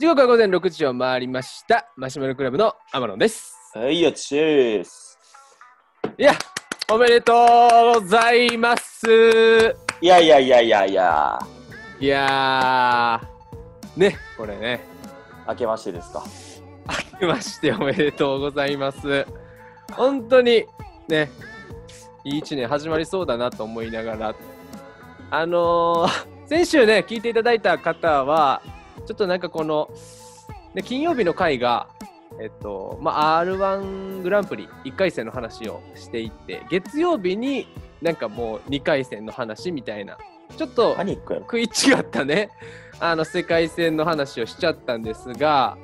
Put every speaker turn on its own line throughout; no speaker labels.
時刻は午前6時を回りました。マシュマロクラブのアマロンです。
はい、やちです。
いや、おめでとうございます。
いやいやいやいやいや、
いやー、ね、これね、
明けましてですか。
明けましておめでとうございます。本当にね、いい一年始まりそうだなと思いながら、あのー、 先週ね、聞いていただいた方は、ちょっとなんかこの、ね、金曜日の回が、えっとまあ、R1 グランプリ1回戦の話をしていって、月曜日になんかもう2回戦の話みたいな、ちょっと
パニックやろ。
食い違ったね あの世界戦の話をしちゃったんですが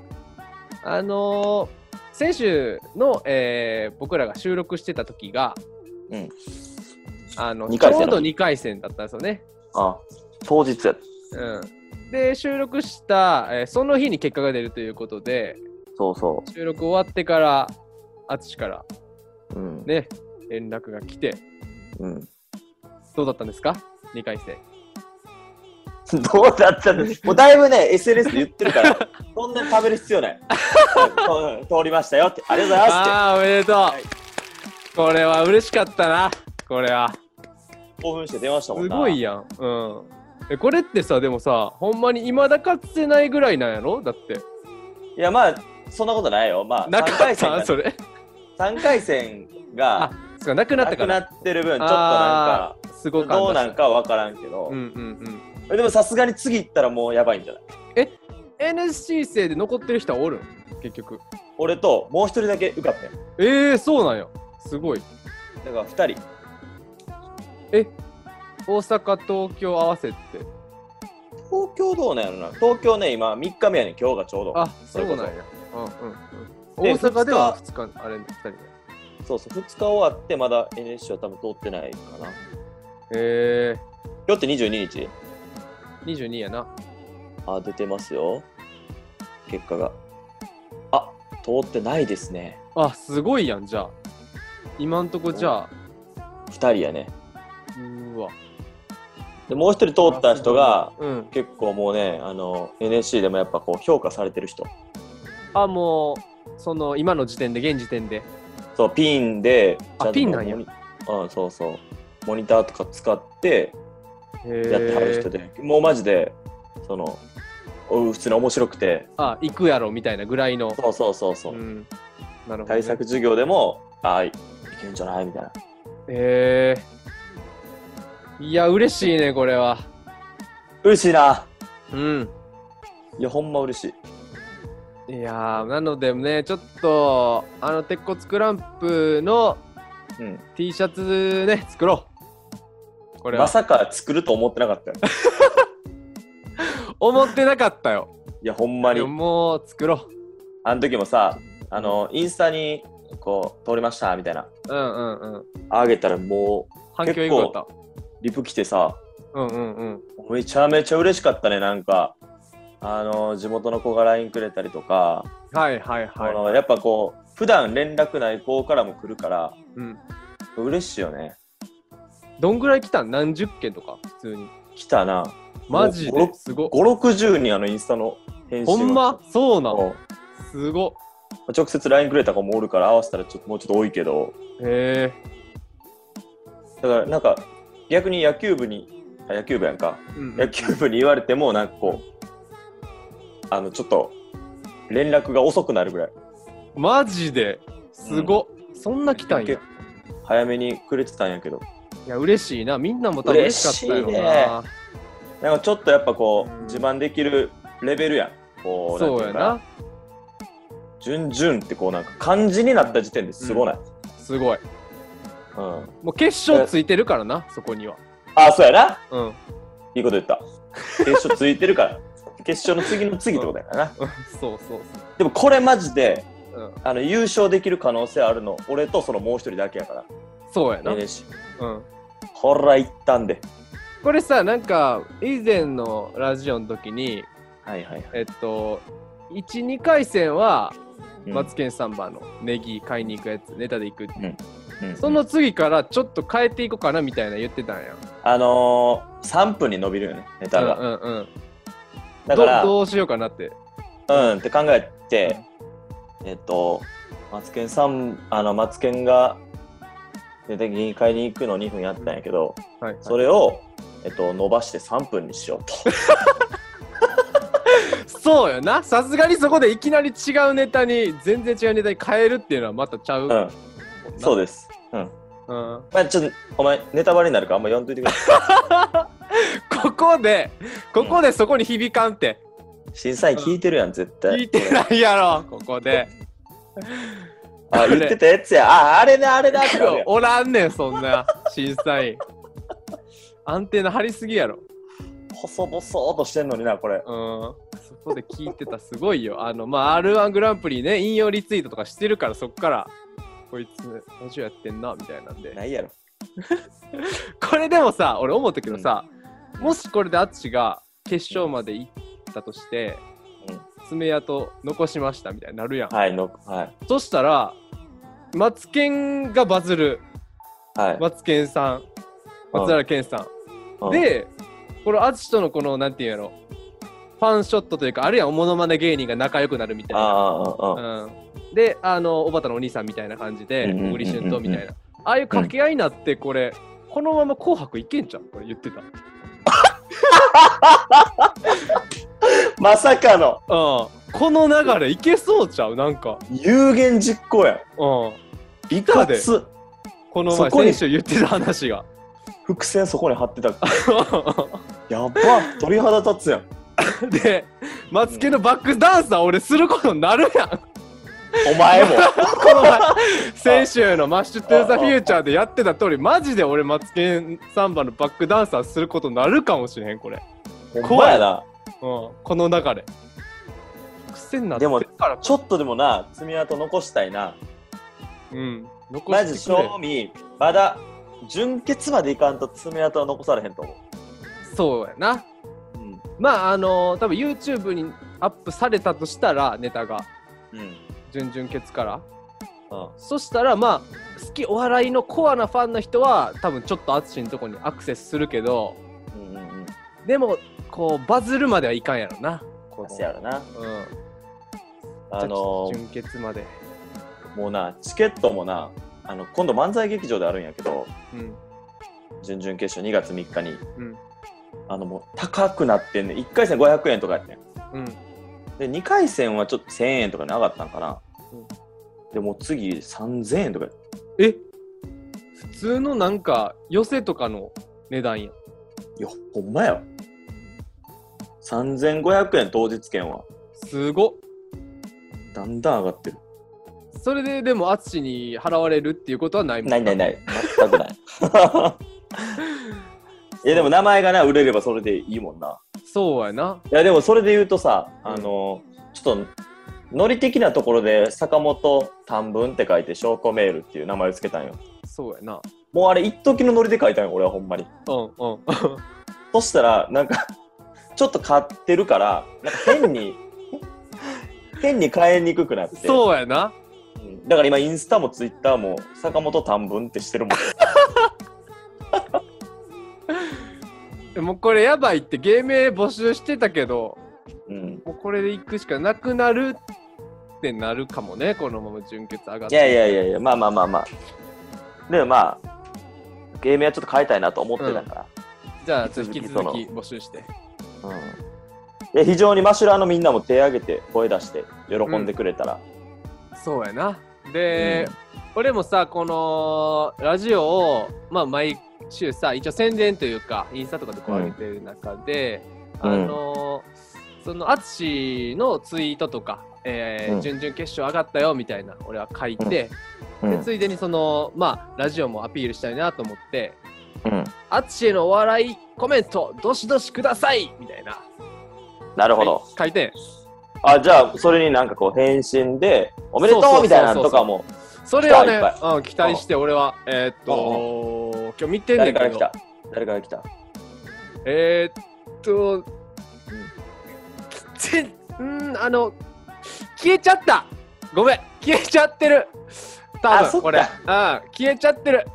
あのー先週の、えー僕らが収録してた時が
うん。
あの
二
ち
回戦
ょ
の
うど2回戦だったんですよね。
あ、当日や。
うん、で収録した、えーその日に結果が出るということで
そうそ
収録終わってから淳から
う。うん。
ね連絡が来て
うん。
どうだったんですか2回戦。
どうだったのもうだいぶね、SNS で言って るから、そんなに食べる必要ない。 うん通りましたよって、ありがとうございますっ
ああーおめでとう、
はい
これは嬉しかったなこれは。
て、興奮して出ましたもん
す
な。
ごい
や。
やん。うん。え、これってさ、でもさ、ほんまに未だかつてないぐらいなんやろだって。
いや、まあ、そんなことないよ。まあ、
な
3
かっ
回戦
た
が、
それ。
3回戦
あ
が、
つかなくなっ
な
た
く
か
な
ら。
ってる分、ちょっとなんか、
あーすごかった。
どうなん。かわからんけど
うん、うんうん。
でもさすがに次行ったらもうやばいんじゃない
NSC 生で残ってる人はおるん結局。
俺ともう一人だけ受かったよ。
えー、そうなんや。すごい。
だから2人。
大阪、東京合わせて。
東京どうなんやろな東京ね、今3日目やねん、今日がちょうど。
あ、そうなんや。うんうんうん。大
で
阪では
二
2日、あれ、2人で。
そうそう、2日終わってまだ NSC は多分通ってないかな。
え
今日って22日
ー、22やな。
あ、出てますよ。結果が。あ、通ってないですね。
あ、すごいやん、じゃあ。今んとこじゃあ、
2人やね。
うーわ。
で、もう1人通った人が、
うん。
結構もうね、あの、NSC でもやっぱこう評価されてる人。
あもうその今の時点で現時点で
そう、ピンで、
あ
ちゃと
ピンなんや
モニうん、そうそう。モニターとか使って、やってはる人で、もうマジでそのお普通に面白くて
あ行くやろみたいなぐらいの
そうそうそうそう、
ん、なるほどね、
対策授業でもあいいけんじゃないみたいな
へえいや嬉しいねこれは
嬉しいな
うん
いやほんま嬉しい
いやーなのでねちょっとあの鉄骨クランプの
うん
T シャツね作ろうこれは、
まさか作ると思ってなかったよ
思ってなかったよ
いやほんま
で
に
ももう作ろ
あの時もさあのインスタにこう通りましたみたいな
ううんうんうん
あげたらも
反響よかっ
うリプ来てさ
たうんうんうん
めちゃめちゃ嬉しかったねなんかあの地元の子が LINE くれたりとか、
はいはいは
あ
い
のやっぱこう普段連絡ない子からも来るから
うん、
嬉しいよね
どんぐらい来たん何十件とか普通に
来たな
マジ
もう
ですごっ
560人あのインスタの返信
ほんまそうな
が来た
の
うん
すごっ
直接 LINE くれた子もおるから合わせたらちょっともうちょっと多いけど
へ
だからなんか逆に野球部にあ野球部やんか
え、うん
野球部に言われてもなんかこうあのちょっと連絡が遅くなるぐらい
マジですごっ、そんな来たんや
結早めにくれてたんやけど
いや嬉しいなみんなも多分嬉しかったよ
嬉しい
な、
なんかちょっとやっぱこ
うん
う自慢できるレベルやんこう
そうやな
順々ってこうなんか漢字になった時点ですごない、
すごい
うん
もう決勝ついてるからなそこには
あそうやな
うん
いいこと言った。決勝ついてるから。決勝の次の次ってことやからな。
そうそう
でもこれマジで、
そう、うん、
あの、優勝できる可能性あるの、俺とそのもう一人だけやか
そうやな、
ら。NSC。
うん、
ほら、行ったんで。
これさなんか以前のラジオの時に
はいはいはい。
えっと12回戦は
うん
マツケンサンバのネギ買いに行くやつネタで行くって
うん
その次からちょっと変えていこうかなみたいな言ってたんや
あのー、3分に伸びるよね、ネタが。
うんうんうん
だから、
どどうしようかなって
うんって考えて、えっと、マツケンさん、あの、マツケンが出て議員会に行くの2分やったんやけど、
はい、
それを、えっと、伸ばして3分にしようと。
そうよなさすがにそこでいきなり違うネタに全然違うネタに変えるっていうのはまたちゃう、
う
うん
ん、そうです。うん。
こ
まあ、ちょっと、お前、ネタバレになるからあんま読んどいて ください。
こでここでそこに響かんって
審査員聞いてるやん、絶対。
聞いてないやろここ で
あ、言ってたやつや。あ、あれだ、あれだってなるやん
おらんねんそんな審査員アンテナ張りすぎやろ
細々としてんのにな、これ。
うんそこで聞いてたすごいよあのまあ r 1グランプリね引用リツイートとかしてるからそっからこいつラジオやってんなみたいなんで
ないやろ。
これでもさ俺思ったけどさ、もしこれで淳が決勝まで行ったとして、
うん
爪痕残しましたみたいになるやん、
はい、の、はい。
そしたらマツケンがバズる
はい。
マツケンさん
うん
松平健さ
うん
ん、、でこの淳とのこのなんていうんやろファンショットというかあるいはモノマネ芸人が仲良くなるみたい
あ
な
あ、うん、うん。
うん、であのおばたのお兄さんみたいな感じで
うんうんうんうん
小栗旬とみたいなああいう掛け合いになってこれこのまま「紅白」いけんじゃんこれ言ってたうん
まさかの、
この流れいけそうちゃうなんか
有言実行やん。
うんこ
ビ
タ
カ
で
で。
の
そこ
前
に
選手言ってた話 が
伏線そこに貼ってた。やば、鳥肌立つやん。
でマツケのバックダンサー俺することになる やん
お 前も。
この前先週の「マッシュ・トゥ・ザ・フューチャー」でやってた通りマジで俺マツケンサンバのバックダンサーすることになるかもしれへんこれ
ほんまやな。
うん、この流れ。癖になって
でも
るから、
ちょっとでもな、爪痕残したいな。
うん、残
マジ
してくれ
正味、まだ、純潔までいかんと爪痕は残されへんと思う。
そうやな。
うん。
まあ、あのー、多分 YouTube にアップされたとしたら、ネタが、
うん。
準々決から。
うん
そしたら、まあ、好きお笑いのコアなファンの人は、多分ちょっと淳のとこにアクセスするけど、
うんうんうん。
でも、こう、バズるまではいかんやろな。こ
せやろな。
のうん。
あのー
準決まで。
もうな、チケットもな、あの、今度漫才劇場であるんやけど、
うん。
準々決勝2月3日に、
うん。
あの、もう高くなってんねん。1回戦500円とかやってん。
うん。
で2回戦はちょっと1000円とかに上がったんかな、
うん
でもう次3000円とか
え普通のなんか、寄せとかの値段や。
いやほんまや3500円当日券は
すごっ
だんだん上がってる
それででも淳に払われるっていうことはないもん
ないないない全くない いやでも名前がな売れればそれでいいもんな
そうやない
やでもそれで言うとさ、
うん
あのちょっとノリ的なところで坂本短文って書いて証拠メールっていう名前をつけたんよ
そうやな
もうあれ一時のノリで書いたんよ俺はほんまに
うんうん
そしたら、なんか、 ちょっと買ってるから、なんか変に、 変に買えにくくなって。
そうやな
うんだから今、インスタもツイッターも、坂本短文ってしてるもん。
もうこれやばいって芸名募集してたけど
うん、
もうこれで行くしかなくなるってなるかもねこのまま純潔上がっ
い
てい
やいやいやいや、まあまあまあまあ。でもまあ、芸名はちょっと変えたいなと思ってたから。
じゃあ
引き続
引
き
き続き募集して
うんいや非常にマシュラーのみんなも手挙げて声出して喜んでくれたら、
そうやなで、俺もさこのラジオをまあ毎週さ一応宣伝というかインスタとかでこう上げてる中で、
うん
あのーその淳のツイートとか、えー
うん
準々決勝上がったよみたいな俺は書いて、
うん
でついでにそのまあラジオもアピールしたいなと思って
うん
淳へのお笑いコメントどしどしくださいみたいな
なるほど、
書いて
あじゃあそれになんかこう返信で「おめでと
そうそうそうそう
う!」みたいなのとかも
それを
い
ね
っぱいいっ
うん、期待して俺はえーっと今日見てんね
誰
んけど
から来た誰から来た
えー、っと、全んーあの消えちゃったごめん消えちゃってる多
あ
分
そっか
これあ消えちゃってる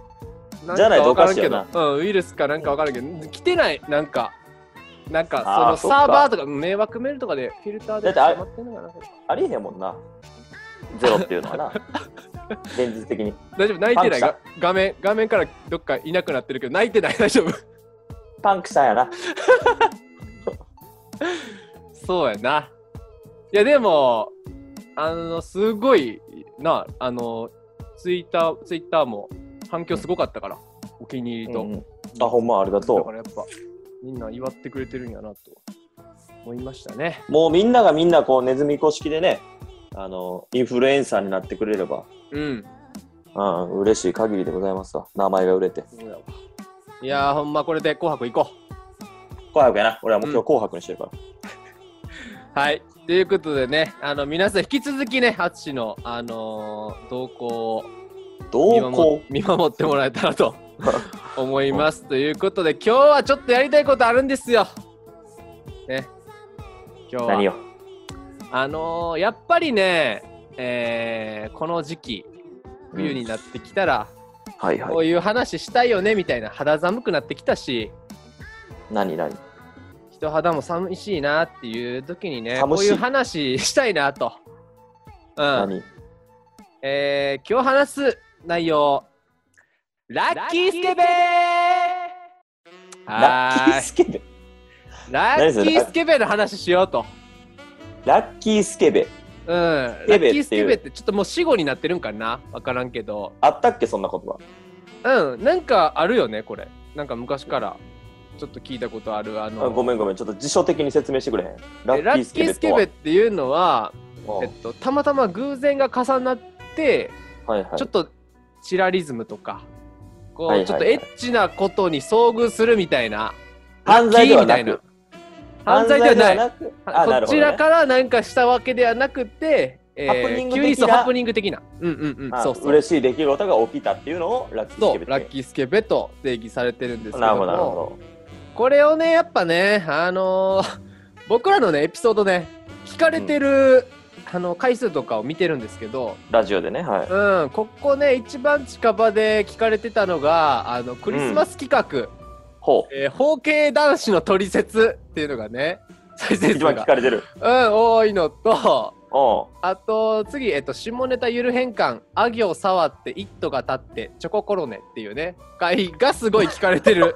じゃないと
んかわからんけ
おか
ど、うん、ウイルスかなんかわからんけど来てないなんかなんかそ
あ
の
ーそっか
サーバーとか迷惑メールとかでフィルターで
だってあ
決まってんのかな
ありえへんもんな。ゼロっていうのはな。 現実的に。
大丈夫泣いてない
パン
が画面画面からどっかいなくなってるけど泣いてない大丈夫
パンクしたんやな。
そうやないやでもあのすごいなあのツイッターツイッターも反響すごかったから、お気に入りと、
うんうんあ、ほんまありが
だか
と
らやっぱみんな祝ってくれてるんやなと思いましたね
う。もうみんながみんなこうネズミ公式でね、あの、インフルエンサーになってくれれば、
うん
うん、嬉しい限りでございますわ。名前が売れて。
そうだわいやーほんまこれで「紅白」行こう
紅白やな。俺はもう今日紅白にしてるから。
はい。ということでね、あの皆さん引き続きね、ハチの、あのー動向を見
同
守
行
見守ってもらえたら と思います。ということで、今日はちょっとやりたいことあるんですよ。ね。今日は。
何よ。
あのーやっぱりね、えーこの時期、冬になってきたら、
はいは
こう
い。
いう話したいよねみたいな、肌寒くなってきたし、
何何
人肌も寒いしいなっていう時にね、こう
寒しい
いう話したいなと。うん。
何
えー、今日話す内容ラッキースケベー
ラッキー
は
スケベ。
ーいラ
何
ッ
それ
キースケベの話しようと、
ラッキースケベ。
うん、ラ
スケベ
ッ
って
キー
いう
スケベってちょっともう死語になってるんかなわからんけど
あったっけ、そんな言葉。
うんなんかあるよねこれなんか昔からちょっと聞いたことあるあの
あごめんごめん。ちょっと辞書的に説明してくれへん。ラ
えラッキースケベっ
と
ていうのは、
は
えっと、たまたま偶然が重なって
うんはいはい。
ちょっとチラリズムとかこう、
はいはいはい
ちょっとエッチなことに遭遇するみたいな
犯罪ではな
ラッキーみたい
く
な。犯罪ではない
犯罪ではなく。あ、な
こ
るほ
ち
ど、
ら
ね。
からなんかしたわけではなくて、え
ハプニング的な
急にそうハプニング的な、うんうんうん、
あ
そうそう
嬉しい出来事が起きたっていうのをラッキース
そ
ケベ
う
って
ラッキースケベと定義されてるんですけ
なる
ど
ほど、なるほ
もこれをねやっぱねあのー 僕らのねエピソードね聞かれてる、あの回数とかを見てるんですけど、
ど。ラジオでね、はい。
うん、ここね一番近場で聞かれてたのがあのクリスマス企画
ほ
「えー包茎男子の取説」っていうのがね再
う。
生
一
数
番聞
が、
かれてる。
うん、多いのと
お
あと次、えっと、下ネタゆる変換「あ行触って「イット!」が立って「チョココロネ」っていうね回がすごい聞かれて る、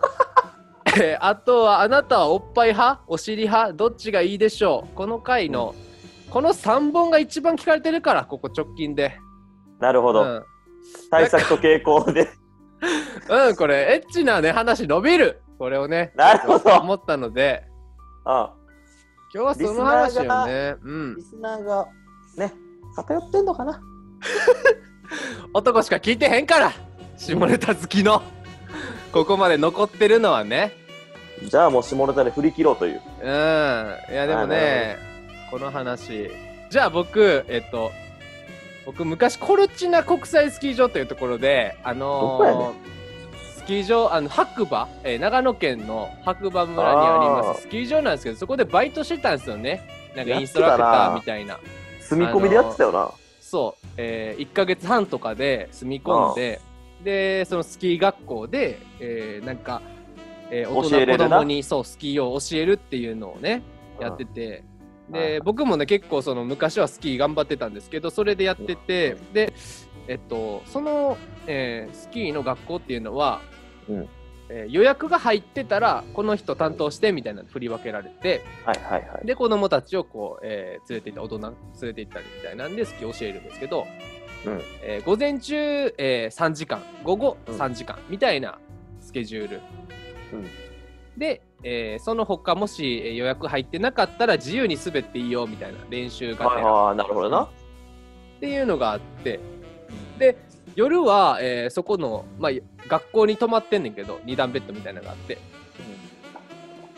えーあとは「あなたはおっぱい派お尻派どっちがいいでしょう?」この回の、この3本が一番聞かれてるからここ直近で、
う。なるほ
う
ど。
ん
対策と傾向で。
うん、これエッチなね話伸びるこれをね
なるほど
ちょっと思ったので
あ
今日はその話をね、うん
リ、スナーが、ね、偏ってんのかな。
男しか聞いてへんから下ネタ好き のここまで残ってるのはね
じゃあもう下ネタで振り切ろうという。
うんいやでもねこの話じゃあ僕えっと僕昔コルチナ国際スキー場というところであ
どこやね
のースキー場あの白馬、えー長野県の白馬村にありま
あ
すスキー場なんですけどそこでバイトしてたんですよねなんかインストラクターみたいな
住み込みでやってたよな。
そう、え1ヶ月半とかで住み込んででそのスキー学校で、えーなんか、えー大
教え
人
れ
子
るな
供にそうスキーを教えるっていうのをねやってて、
はいはい
で僕もね結構その昔はスキー頑張ってたんですけどそれでやってて、でえっとその、えースキーの学校っていうのは、
うん
えー予約が入ってたらこの人担当してみたいなの振り分けられて
はいはいはい。
で子供たちをこう、えー連れて行った大人連れて行ったりみたいなんでスキーを教えるんですけど、
うん
えー午前中、えー3時間午後
うん
3時間みたいなスケジュール、
うん
で、えーその他もしえー予約入ってなかったら自由に滑っていいよみたいな練習が
はい
てら
はい、なるほどな。
っていうのがあってで夜は、えーそこの、まあ、学校に泊まってんねんけど二段ベッドみたいなのがあって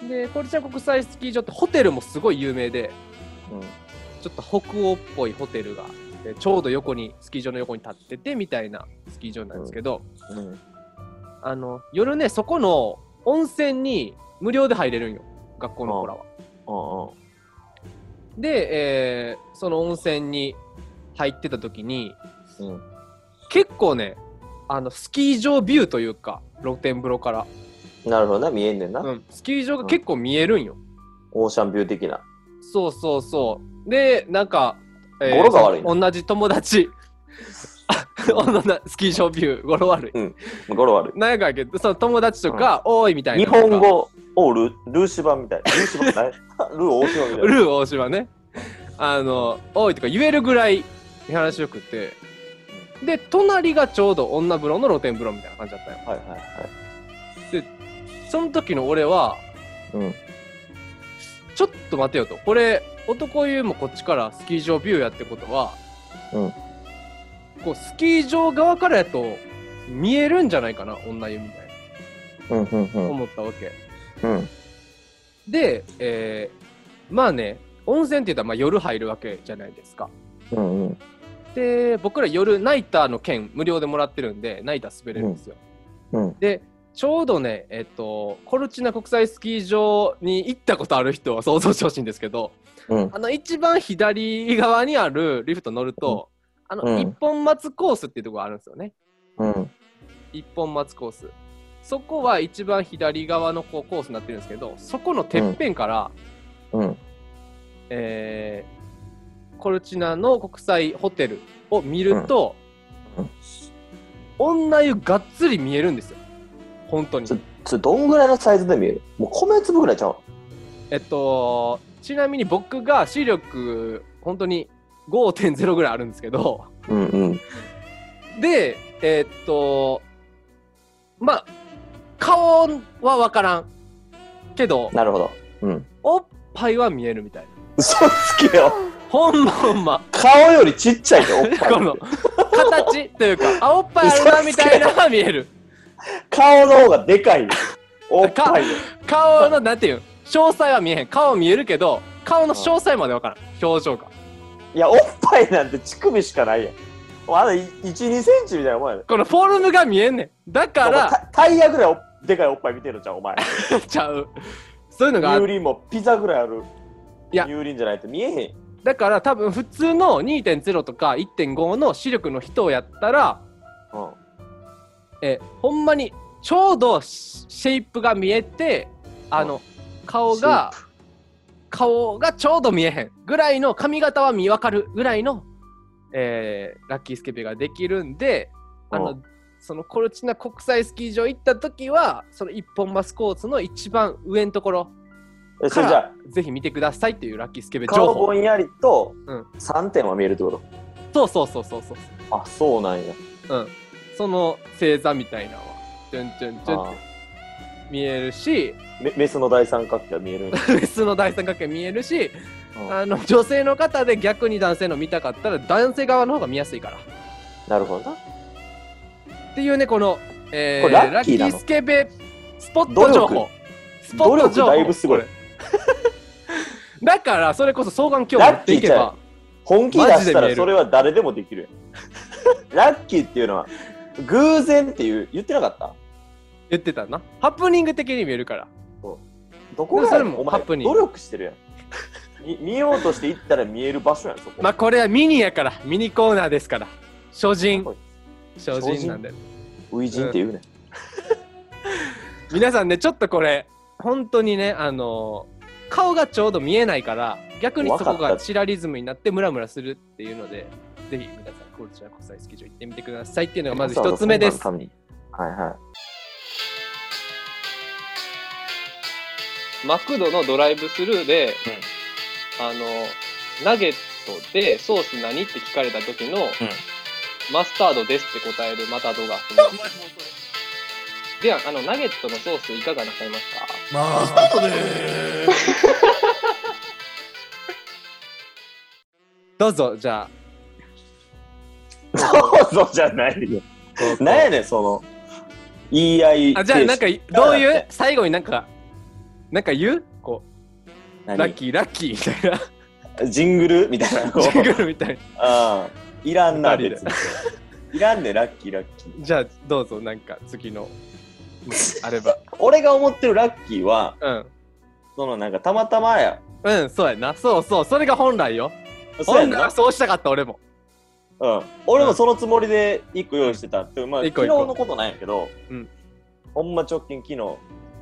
でコルチャ国際スキー場ってホテルもすごい有名で。
うん。
ちょっと北欧っぽいホテルがえーちょうど横にスキー場の横に立っててみたいなスキー場なんですけど、
うん。うん
あの夜ねそこの温泉に無料で入れるんよ学校の子らは。
うん。
で、えーその温泉に入ってた時に
うん、
結構ねあのスキー場ビューというか露天風呂から、
なるほどな見えんねんな、
うん、スキー場が結構見えるんよ。
オーシャンビュー的な。
そうそうそう。で、なんか、え
語呂が悪いね
同じ友達、 あ スキー場ビュー、語呂悪い。
語呂悪い。
なんやかんやけど、その友達とか、おーいみたい
日
なのが。
本語をルルーシ版みたいな。ルーシ版ない ルー大島みたいな。
ルー大島ね。あの、おいとか言えるぐらい見晴らしよくて。で、隣がちょうど女風呂の露天風呂みたいな感じだったよ。
はいはいはい。
その時の俺は、
うん
ちょっと待てよと。これ、男湯もこっちからスキー場ビューやってことは、
うん
こう、スキー場側からやと見えるんじゃないかな、女湯みたい
うんうんう
な、
ん
思ったわけ。
うん
で、えーまあね、温泉って言ったらまあ夜入るわけじゃないですか。
うんうん
で僕ら夜ナイターの券無料でもらってるんでナイター滑れるんですよ、
うん
でちょうどねえっとコルチナ国際スキー場に行ったことある人は想像してほしいんですけど
うん
あの一番左側にあるリフト乗ると、あ
うん
の一本松コースっていうところがあるんですよね
うん
一本松コースそこは一番左側のこうコースになってるんですけどそこのてっぺんから、
うん
えーコルチナの国際ホテルを見ると、
うんうん
女湯がっつり見えるんですよ本当に
ちょそれどんぐらいのサイズで見えるもう米粒ぐらいちゃう
えっとちなみに僕が視力本当に5.0ぐらいあるんですけど
うんうん
でえっとまあ顔は分からんけど
なるほどうん
おっぱいは見えるみたいな
嘘つけよ
ほんまほん ま
顔よりちっちゃいでおっぱい
この形というかあおっぱいあるなみたいなのは見える
顔の方がでかいよおっぱいよ
顔のなんていうん詳細は見えへん顔見えるけど顔の詳細までわからん表情が
いやおっぱいなんて乳首しかないやんまだ12センチみたいなもんやで
このフォルムが見えんねんだか
お前
ら
タタイヤぐらいおでかいおっぱい見てるじゃんお前
ちゃうそういうのがあ
乳
る
輪もピザぐらいある
いや
乳輪じゃないと見えへん
だから多分普通の2.0とか1.5の視力の人をやったら
うん
えほんまにちょうどシシェイプが見えてあの顔が顔がちょうど見えへんぐらいの髪型は見分かるぐらいの、えーラッキースケベができるんであ
う
のそのコルチナ国際スキー場行った時はその一本バスコースの一番上のところ
えそ
か
れじゃあ
らぜひ見てくださいっていうラッキースケベ情
顔ぼ
報
んやりと
うん
3点は見えるってこと、
そうそうそうそうそう
あそうなんや
その星座みたいなのはチュンチュンチュン
あ
って見えるし
メメスの大三角形は見えるんや
メスの大三角形見えるし
うん
あの女性の方で逆に男性の見たかったら男性側の方が見やすいから
なるほどな
っていうねこの、えー
これラ
ラッ
ッキ
キ
ーなの
ースケベスポット情
努力
報スポット情報
努力だいぶすごい
これ だからそれこそ双眼鏡
ラ
持
ッキー
っていけば
本気出
マジ
し
で
た
見え
ら
る
それは誰でもできるやんラッキーっていうのは偶然っていう言ってなかった
言ってたなハプニング的に見えるから
どこが
それも
お
ハ
前
プニン
努
グ
力してるやん み見ようとして行ったら見える場所やんそこ、
まあこれはミニやからミニコーナーですから初人
こ
初人なんで
初陣って言うねん、
皆さんねちょっとこれ本当にねあのー顔がちょうど見えないから逆にそこ
わか
が
った
チラリズムになってムラムラするっていうのでぜひ皆さんコルチナ国際スキー場行ってみてくださいっていうのがまず一つ目です
はいは
マクドのドライブスルーで、あのナゲットでソース何って聞かれた時の、マスタードですって答えるマタドがではあのナゲットのソースいかがなさいますか
マスタートでーす
どうぞじゃあ
いどうぞじゃないよなんやねんその言い合い
あじゃあなんかどういう最後になんかなんか言うこうラッ
何
キーラッキーみたいな
ジングルみたいなのを
ジングルみたい
ああいらんな
二人で
別にいらんねラッキーラッキー
なじゃあどうぞなんか次のもしあれば
俺が思ってるラッキーは
うん
そのなんかたまたまや
うんそうやなそうそうそれが本来よ
そうやん
本来は
な、
そうしたかった俺も
うん、俺もそのつもりで一個用意してたって、まあ、
一個
昨
一
日
個
のことなんやけど、
うん
ほんま直近昨日だか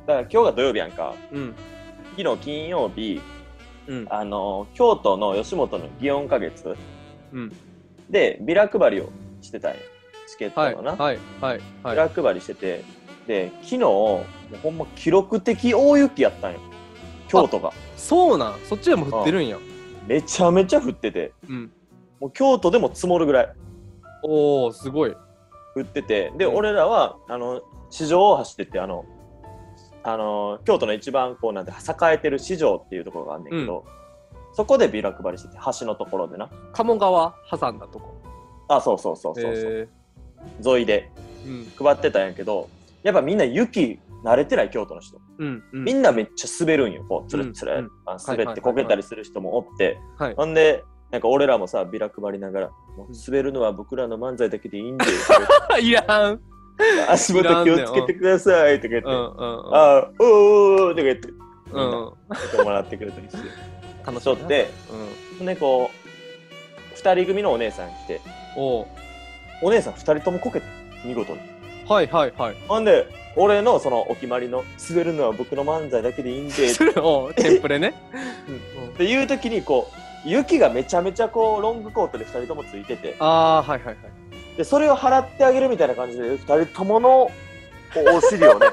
ら今日が土曜日やんか
うん
昨日金曜日、
うん
あの京都の吉本の祇園花月
うん
でビラ配りをしてたんよチケット
はい
のな、
はいはいは
ビ
い
ラ配りしててで昨日もうほんま記録的大雪やったんよ京都が
そうなんそっちでも振ってるんや
めちゃめちゃ降ってて
うん
もう京都でも積もるぐらい
おおすごい
降っててで、
うん
俺らはあの四条大橋って言ってあのあの京都の一番こうなんて栄えてる四条っていうところがあんねんけど、そこでビラ配りしてて橋のところでな
鴨川挟んだとこ
あそうそうそうそうそう、
へ
沿いで
えうん
配ってたんやけどやっぱみんな雪慣れてない京都の人、
うんうん
みんなめっちゃ滑るんよこうつるつ
うんう
る
ん
あ滑
はいは
っ
いはいは
て
い
こけたりする人もおって、
はい
ほんでなんか俺らもさビラ配りながら「もう滑るのは僕らの漫才だけでいいんで」
あいらん
足元気をつけてください」とか言って
う。んうんうん
ああ、おーおーおーとか言って、
うん
見てもらってくれ たりして。
楽
そ
し
う
い
っ
な
て、
うん
で、こう、二人組のお姉さん来て、
おお
お姉さん二人ともこけて、見事に。
はいはいはい
ほんで、俺のそのお決まりの、滑るのは僕の漫才だけ でいいんで、っ
それをテンプレね
うん
うん
ていう時に、こう、雪がめちゃめちゃこう、ロングコートで二人ともついてて、
ああーはいはいはい
で、それを払ってあげるみたいな感じで、二人ともの、こうお 尻をね、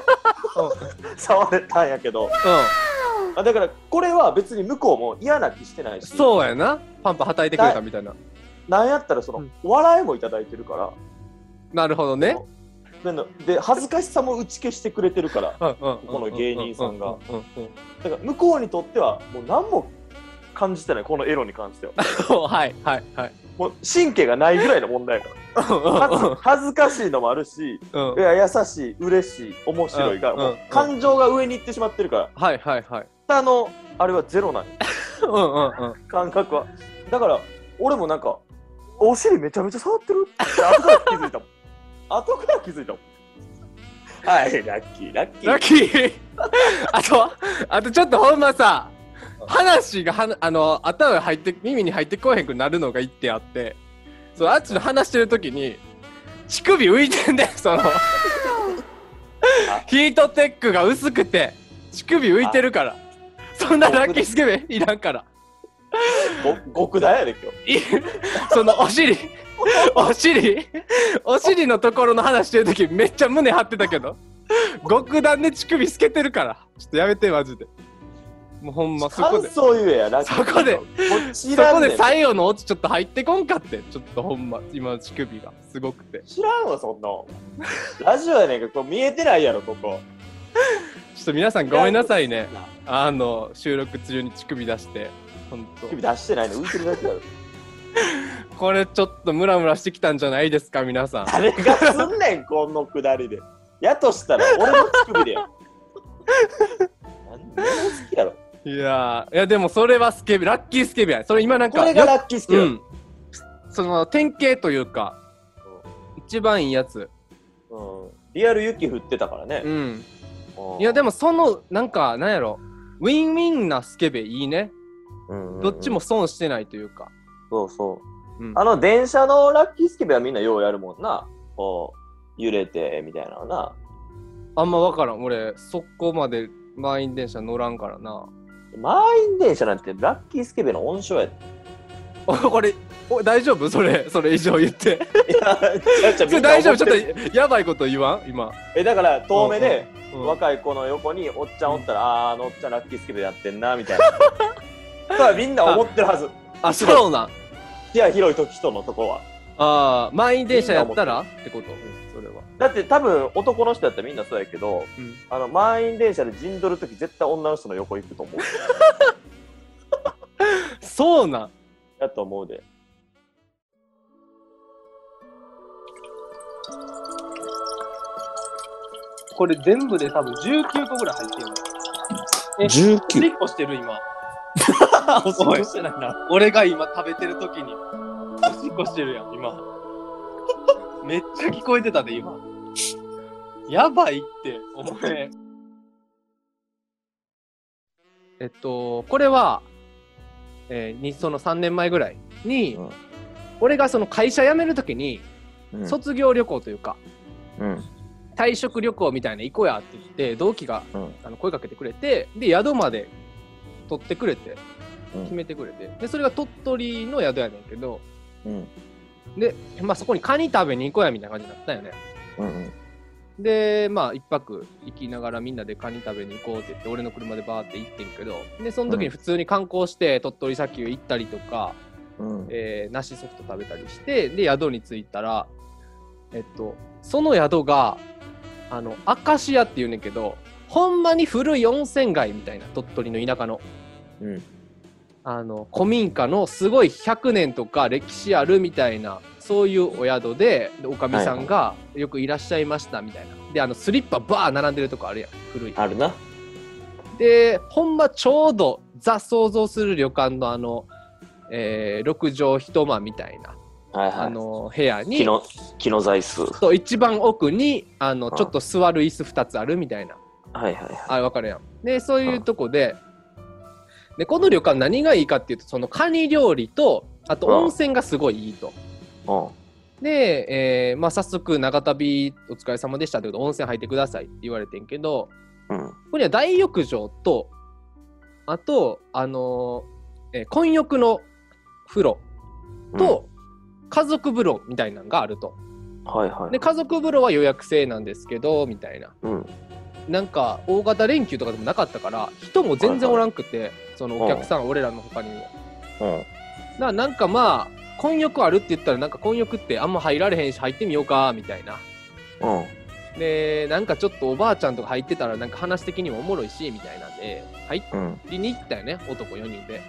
触れたんやけど、あだから、これは別に向こうも嫌な気してない
うん
し、
そうやなパンパンはたいてくれたみたいな
なんやったらその、
うん
笑いもいただいてるから
なるほどね
なんだで恥ずかしさも打ち消してくれてるから
こ
この芸人さん
う
が
んうんうん
だから向こうにとってはもう何も感じてないこのエロに関 しては
はいはいはい。
もう神経がないぐらいの問題やから恥ず恥ずかしいのもあるし
うん
いや優しい嬉しい面白いが、
うん
もう
うん
感情が上に行ってしまってるから
はいはいはい。
下のあれはゼロなんよ
うんうんうん。
感覚はだから俺もなんかお尻めちゃめちゃ触ってるって後から気づいたも ん後から気づいたもんはいラッキーラッキー
ラッキーあと、あとちょっとほんまさ、話がはなあの頭に入って耳に入ってこへんくなるのが一点あって、そうあっちの話してる時に乳首浮いてんだよその。ヒートテックが薄くて乳首浮いてるから。そんなラッキースケベいらんから。
ご極大やで今
いそのお尻お尻お尻のところの話してる時めっちゃ胸張ってたけど極段で乳首透けてるからちょっとやめてマジでもうほんま
日
そこ
感
でそ
想言えやラッキー
そこで
こちら
こ
んね
で
ん
西洋のオチちょっと入ってこんかってちょっとほんま今の乳首がすごくて
知らんわそんなラジオやねんけどこれ見えてないやろここ
ちょっと皆さんごめんなさいねあの収録中に乳首出してほんと
首出してないの浮いてるだけやろ
これちょっとムラムラしてきたんじゃないですか皆さん
誰がすんねんこのくだりでやとしたら俺の乳首でやなんでも好きやろ
いやーいやでもそれはスケベラッキースケベやそれ今なんか
これがラッキースキル、
うん、その典型というか一番いいやつ、
うんリアル雪降ってたからね
う。ん、
うん
いやでもそのなんかなんやろウィンウィンなスケベいいね
うんうんうん
どっち。も損してないというか、
そうそう。
うん、
あの電車のラッキースケベはみんなようやるもんな。こう、揺れてみたいなのな。
あんまわからん俺そこまで満員電車乗らんからな
満員電車なんてラッキースケベの温床やで。
おこれお大丈夫それそれ以上言って
いやちょ
それ大丈夫ちょ
と。
っとやばいこと言わん今、
え、だから遠目で
うん
若い子の横におっちゃんおったら、あーあのおっちゃんラッキースケベやってんな、みたいな。だからみんな 思ってるはず。
あそうなん
視野広い時人のとこは。
あー満員電車やったらってこと、それは
だって多分男の人やったらみんなそうやけど、
うん
あの満員電車で陣取る時絶対女の人の横行くと思う。
そうなん
やと思うで。
これ全部で多分19個ぐらい入ってるえおし
19?
っこしてる今
お
しっこ
してないな。
俺が今食べてる時におしっこしてるやん今めっちゃ聞こえてたで今やばいってお前えっとこれは、えーにその3年前ぐらいに、
うん
俺がその会社辞める時に
うん
卒業旅行というか、
うん
退職旅行みたいな行こうやって言って同期が、
うん
あの声かけてくれてで宿まで取ってくれて
うん
決めてくれてでそれが鳥取の宿やねんけど
うん
で、まあ、そこにカニ食べに行こうやみたいな感じになったよね
うん
でまあ一泊行きながらみんなでカニ食べに行こうって言って俺の車でバーって行ってんけどでその時に普通に観光して鳥取砂丘行ったりとか、
うん
えー梨ソフト食べたりしてで宿に着いたらえっとその宿があの明石屋っていうねんけどほんまに古い温泉街みたいな鳥取の田舎の
うん
あの古民家のすごい100年とか歴史あるみたいなそういうお宿ででおかみさんがよくいらっしゃいましたみたいな、であのスリッパバー並んでるとこあるやん古い
あるな
でほんまちょうどザ想像する旅館のあの、えー、6畳一間みたいな
はいは
あ
い
の部屋に
木の木の座椅子
そう一番奥にあの
うん
ちょっと座る椅子2つあるみたいな
はいは
あ分かるやんでそういうとこででこの旅館何がいいかっていうとそのカニ料理とあと
うん
温泉がすごいいいと。
いは
で、えーまあ、早速長旅お疲れ様でしたってことで温泉入ってくださいって言われてんけど
いうんうん
ここには大浴場とあとあのーえー混浴の風呂と、家族風呂みたいなのがあると。
はいはい
で家族風呂は予約制なんですけどみたいな
うん
なんか大型連休とかでもなかったから人も全然おらんくて、そのお客さん、俺らの他にもだか
うん
らなんかまあ混浴あるって言ったらなんか混浴ってあんま入られへんし入ってみようかみたいな
うん
でなんかちょっとおばあちゃんとか入ってたらなんか話的にもおもろいしみたいなんで入
うん
りに行ったよね男4人で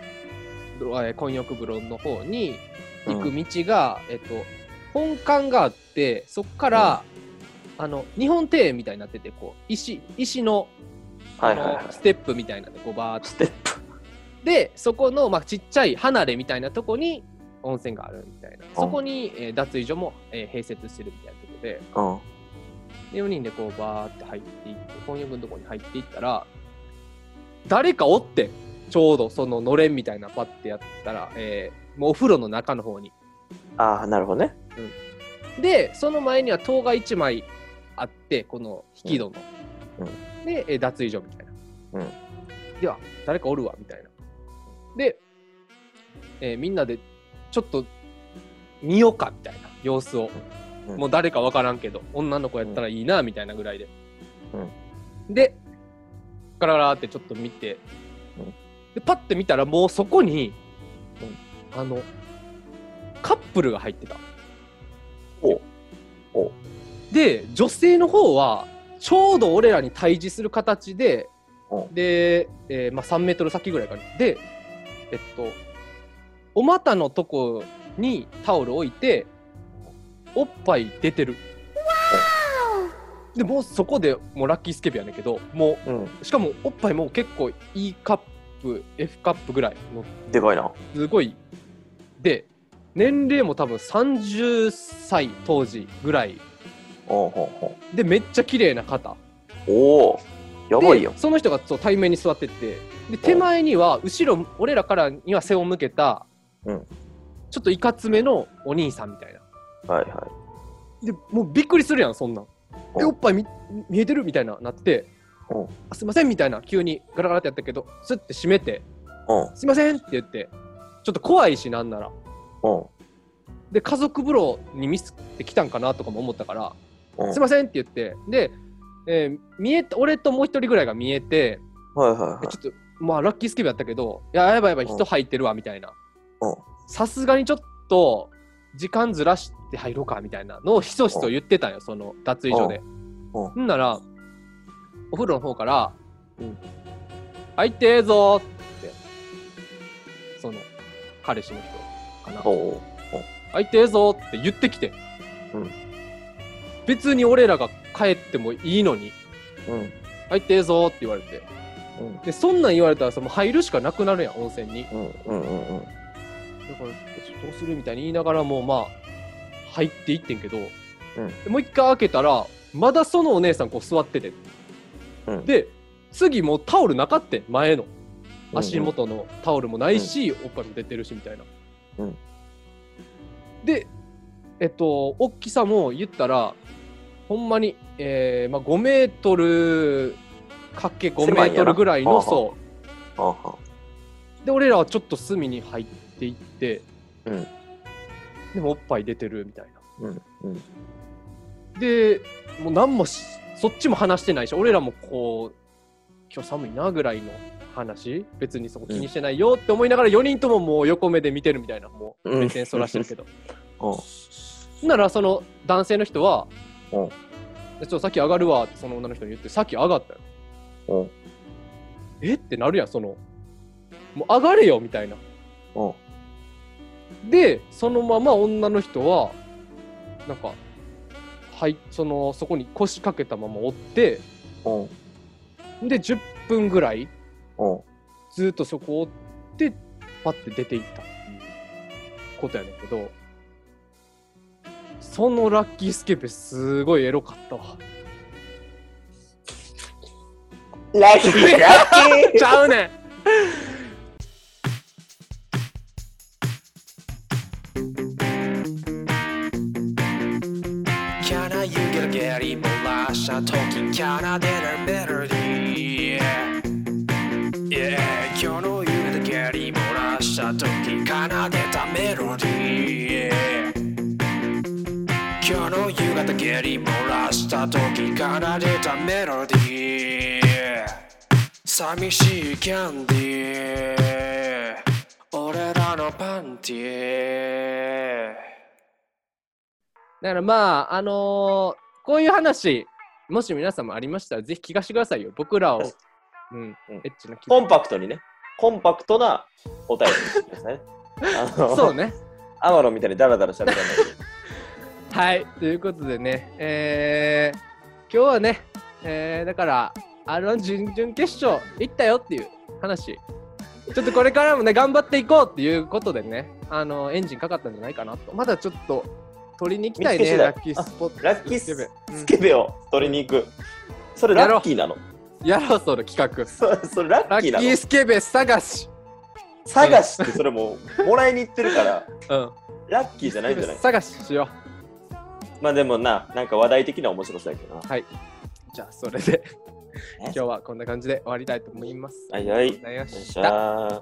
どえー混浴風呂の方に行く道が、えっと本館があってそっから、あの日本庭園みたいになっててこう石石の
はいはいは
あの
い
ステップみたいなんでこうバーッ
ス
と
テップ
でそこの、まあ、ちっちゃい離れみたいなとこに温泉があるみたいなそこに、えー脱衣所も、えー併設してるみたいなところで
うん
で4人でこうバーって入っていって婚浴のとこに入っていったら誰かおってんちょうどそののれんみたいなパッてやったら、えーもうお風呂の中の方に
ああなるほどね
でその前には塔が1枚あってこの引き戸の、
うん
で、えー脱衣所みたいな、では誰かおるわみたいなで、えーみんなでちょっと見ようかみたいな様子を、
うん
もう誰か分からんけど女の子やったらいいなみたいなぐらいで、でガラガラってちょっと見て、
うん
でパッて見たらもうそこに、あのカップルが入ってた
お
で女性の方はちょうど俺らに対峙する形で
う
で、えーまあ、3メートル先ぐらいからでえっとお股のとこにタオル置いておっぱい出てるでもうそこでもうラッキースケベやねんけども
うん
うしかもおっぱいも結構 E カップ F カップぐらいの
でかいな
すごいで年齢も多分30歳当時ぐらい
おうほうほう
でめっちゃ綺麗な方
おおやばいよ
でその人がそう対面に座っててで手前には後ろ俺らからには背を向けた、
うん
ちょっといかつめのお兄さんみたいな
はいはい
でもうびっくりするやんそんなん
お
えおっぱい見見えてるみたいななって
お
あすいませんみたいな急にガラガラってやったけどスッて閉めて
うん
すいませんって言ってちょっと怖いしなんなら
うん
で家族風呂に見せてきたんかなとかも思ったから
うん
すいませんって言ってで、えー見え俺ともう一人ぐらいが見えて、
はいはいは
え
い
ちょっとまあラッキースケベやったけどいややばいやばい
うん
人入ってるわみたいな
うん
さすがにちょっと時間ずらして入ろうかみたいなのをひそひそ言ってたんよその脱衣所で
うんうん
ほんならお風呂の方から「
うん
入ってええぞ」ってその彼氏の人かな
おお
「入ってええぞ」って言ってきて、
うん
別に俺らが帰ってもいいのに
うん
「入ってええぞ」って言われて
うん
でそんなん言われたらさもう入るしかなくなるやん温泉にだか
うんうんうんう
ら
ん
どうするみたいに言いながらもうまあ入っていってんけど、
うん
でもう一回開けたらまだそのお姉さんこう座ってて、
うん
で次もうタオルなかってん前の
うん
足元のタオルもないし、おっぱいも出てるしみたいな、
うん
でえっと大きさも言ったらほんまに、えーまあ、5メートルかけ5
狭いん
メー
や
ト
な
ルぐらいの
はあはあ
そう
あは
で俺らはちょっと隅に入っていって、
うん
でもおっぱい出てるみたい
うんうん
なでもう何もしそっちも話してないし俺らもこう今日寒いなぐらいの話別にそこ気にしてないよって思いながら4人とももう横目で見てるみたいなもう
うん
目線そらしてる けど、ならその男性の人は「
うん
ちょっと先上がるわ」ってその女の人に言って先上がったよ
うん
えってなるやんそのもう上がれよみたいな
うん
でそのまま女の人はなんかはいそのそこに腰掛けたまま追って
うん
で10分ぐらい
うん
ずっとそこを追ってパッて出ていったっていうことやねんけどそのラッキースケベすごいエロかったわ
ラッ キーラッキ
ちゃうねん
キャラ湯気ゲリ漏らした時キャラ出るメロディー Yeah 今日の湯気ゲリ漏らした時奏でたメロディー Yeah 今日の夕方ゲリ漏らした時奏でたメロディー寂しいキャンディー俺らのパンティー
だからまあ、あのーこういう話、もし皆さんもありましたら、ぜひ聞かせてくださいよ。僕らを、うん、エッチな気
コンパクトにねコンパクトなお便りにしてくだ さいねあの
そうね。
アマロンみたいにダラダラしゃべらないで
はい、ということでね、えー、今日はね、えー、だから、あの準々決勝行ったよっていう話。ちょっとこれからも ね、頑張っていこうっていうことでね、あのエンジンかかったんじゃないかなと。まだちょっと取りに行きたい
見つ
ね、
け次第
ラッキースポット。
ラッキース
ベ
スケベを取りに行くそれラッキーなの
うんやろう、その企画。
そそれラ
ラ
ッキー
ッ
な
キー
の
スケベ探し。
探しってそれもうもらいに行ってるから
うん。
ラッキーじゃないんじ ゃない
探ししよう。
まあでもななんか話題的な面白さやけどな
じゃあそれ で
え
今日はこんな感じで終わりたいと思います。
はいはい
ありがとうございま
よっ
し。
したゃー